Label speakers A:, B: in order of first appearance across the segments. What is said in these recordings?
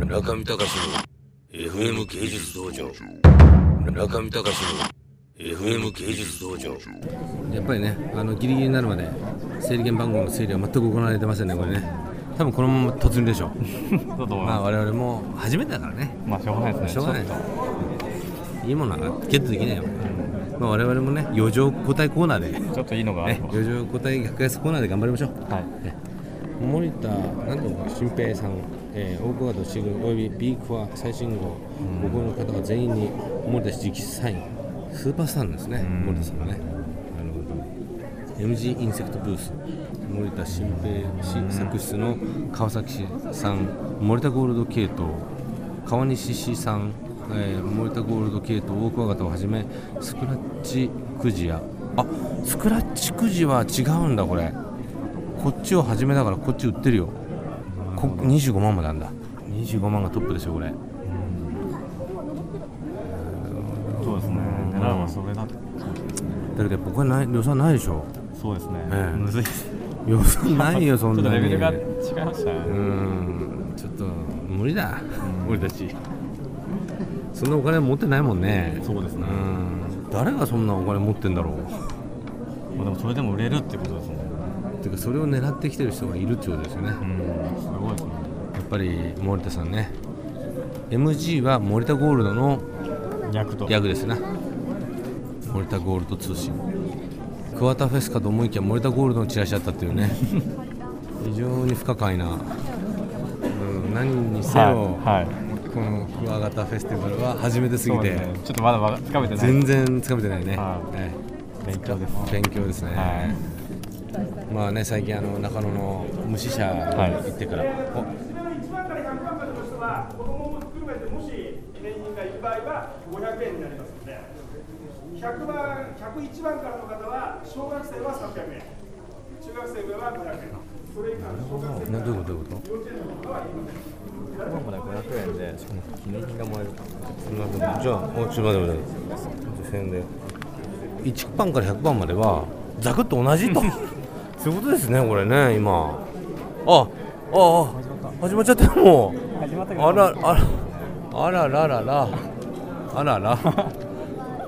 A: 村上隆の FM 芸術道場村上隆の FM 芸術道場
B: やっぱりね、あのギリギリになるまで整理券番号の整理は全く行われてませんね、これね。多分このまま突入でしょう。
C: だと思い
B: まあ
C: ま
B: 我々も初めてだからね、
C: す。まあ、しょうがないですね。
B: しょうがない
C: ちょっと。
B: いいものはゲットできないよ。まあ我々もね、余剰答えコーナーで、ね、
C: ちょっといいのがあれば。
B: 余剰答え格安コーナーで頑張りましょう。
C: はい。
B: ね森田なんとか新平さん、えー、大久保敏君および B クワ最新号、ご購入の方は全員に森田氏直サインスーパースターなんですね、森田さんはねなるほど MG インセクトブース森田新平氏作出の川崎氏さん森田ゴールド系統川西氏さん、えー森田ゴールド系統大桑方をはじめスクラッチくじやあスクラッチくじは違うんだこれこっちを始めだからこっち売ってるよこ25万まであんだ25万がトップでしょこれ
C: そうですね。狙うのはそれだ。
B: だけどやっぱこれない予算ないでしょ
C: そうですね。
B: ええ
C: むずいです。
B: 予算ないよそん
C: ちょっと
B: な
C: レベ
B: に
C: ルが違いうましたね。
B: んちょっと無理だ
C: 俺たち。
B: そんなお金持ってないもんね
C: そうです
B: う
C: ね。
B: ん誰がそんなお金持ってんだろう
C: まあ、でも、それでも売れるってことですね。
B: てかそれを狙ってきてる人がいるってことですよね、
C: うん。すごいですね。
B: やっぱり森田さんね MG は森田ゴールドの
C: 役と。
B: 役ですな森田ゴールド通信クワタフェスかと思いきや森田ゴールドのチラシだったっていう ね非常に不可解な、うん、何にせよ、
C: はい。はい。
B: このクワガタフェスティバルは初めてす
C: そ
B: ぎ
C: う
B: て、
C: ですね。ちょっとまだわか、つかめてない。
B: 全然つかめてないね、
C: はい
B: え
C: 勉強です。
B: え勉強ですね、
C: は
B: まあね最近あの中野の無視車
C: い
B: 行ってから、お
D: 1万から100万までの人は子供も含めてもし年金がいる場合は500円になりますので100万101万からの方は小学生は300円中学生上は500円それ以下の小学生
B: などういうことどういうこと
C: 今まで500円で、しかも記念品がもらえる。
B: なるほどじゃあおちょっと待って待って1000円で1番から100番まではざくっと同じ とそういうことですねこれね今あああ始まっちゃったもう
C: 始まった
B: あらあらあららららあらら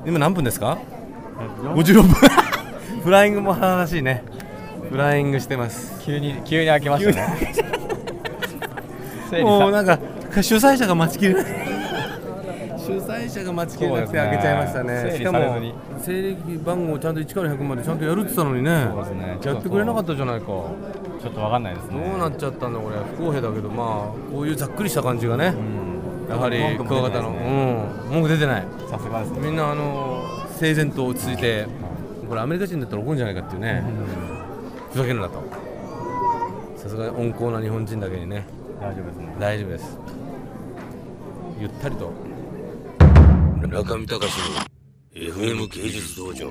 B: 今何分ですか56分 フライングも華々しいねフライングしてます
C: 急に、急に開けました ね。整理
B: もう
C: さ。
B: なんか主催者が待ちきれ ない主催者が待ちきれなくて開けちゃいましたね
C: そうですね
B: しか
C: 整理さ
B: も
C: れずに
B: 整理番号ちゃんと1から100までちゃんとやるって言ったのにね
C: そうですね
B: やってくれなかったじゃないかど
C: ちょっとわかんないです
B: う
C: ね。
B: なっちゃったんだこれ不公平だけどまあこういうざっくりした感じがね、やはり
C: 文
B: ク
C: 句
B: ワ
C: も
B: ガ
C: 出て
B: タの、
C: ないで
B: う
C: す
B: ん文句出てない
C: さすがですね。
B: みんなあの整然と落ち着いてこれアメリカ人だったら怒るんじゃないかっていうねふざけるなとさすが温厚な日本人だけにね
C: 大丈夫ですね。
B: 大丈夫ですゆったりと
A: 村上隆の FM 芸術道場